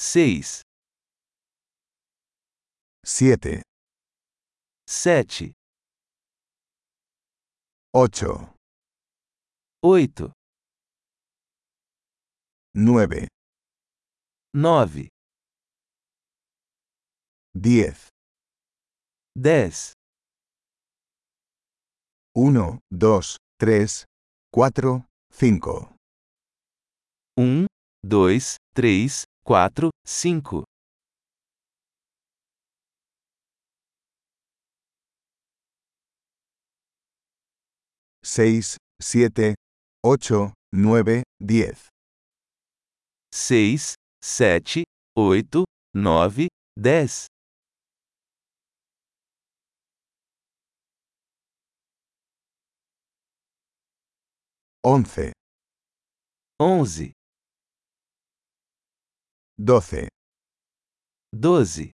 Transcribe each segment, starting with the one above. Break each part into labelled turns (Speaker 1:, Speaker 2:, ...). Speaker 1: 6,
Speaker 2: 7,
Speaker 1: 7,
Speaker 2: 8,
Speaker 1: 8,
Speaker 2: 9,
Speaker 1: 9,
Speaker 2: 10,
Speaker 1: 10,
Speaker 2: 1, 2, 3, 4, 5,
Speaker 1: 1, 2, 3, 4, 5,
Speaker 2: 6, 7, 8, 9, 10,
Speaker 1: 6, 7, 8, 9, 10,
Speaker 2: 11,
Speaker 1: 11,
Speaker 2: 12,
Speaker 1: 12,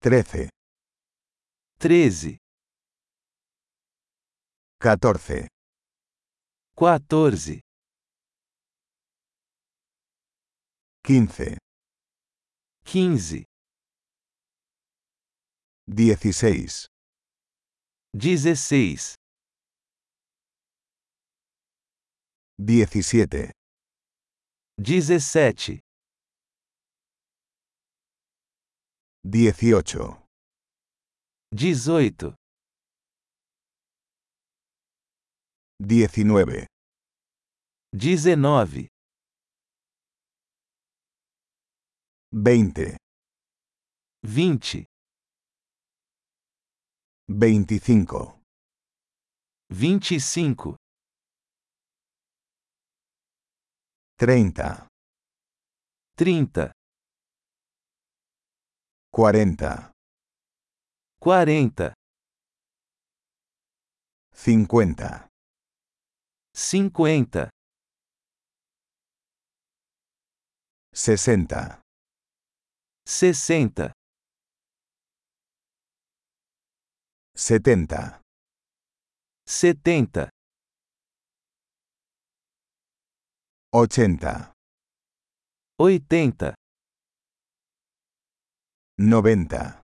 Speaker 2: 13,
Speaker 1: 13,
Speaker 2: 14,
Speaker 1: 14,
Speaker 2: 15,
Speaker 1: 15,
Speaker 2: 16,
Speaker 1: 16,
Speaker 2: 17,
Speaker 1: 17,
Speaker 2: 18,
Speaker 1: 18,
Speaker 2: 19,
Speaker 1: 19,
Speaker 2: 20,
Speaker 1: 20,
Speaker 2: 25,
Speaker 1: 25,
Speaker 2: 30,
Speaker 1: 30,
Speaker 2: 40,
Speaker 1: 40,
Speaker 2: 50,
Speaker 1: 50,
Speaker 2: 60.
Speaker 1: 60,
Speaker 2: 70,
Speaker 1: 70,
Speaker 2: 80,
Speaker 1: 80,
Speaker 2: 90,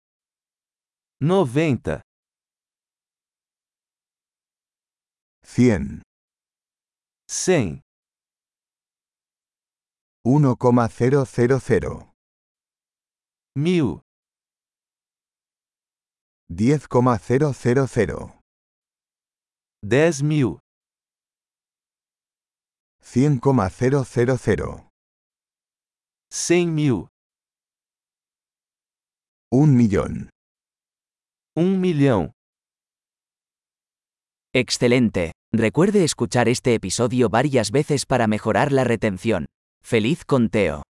Speaker 1: 90,
Speaker 2: 100,
Speaker 1: 100,
Speaker 2: 1,000,
Speaker 1: 1000,
Speaker 2: 10,000,
Speaker 1: 10 mil,
Speaker 2: 100,000,
Speaker 1: 100 mil,
Speaker 2: 1 millón.
Speaker 1: 1 milhão.
Speaker 3: Excelente. Recuerde escuchar este episodio varias veces para mejorar la retención. ¡Feliz conteo!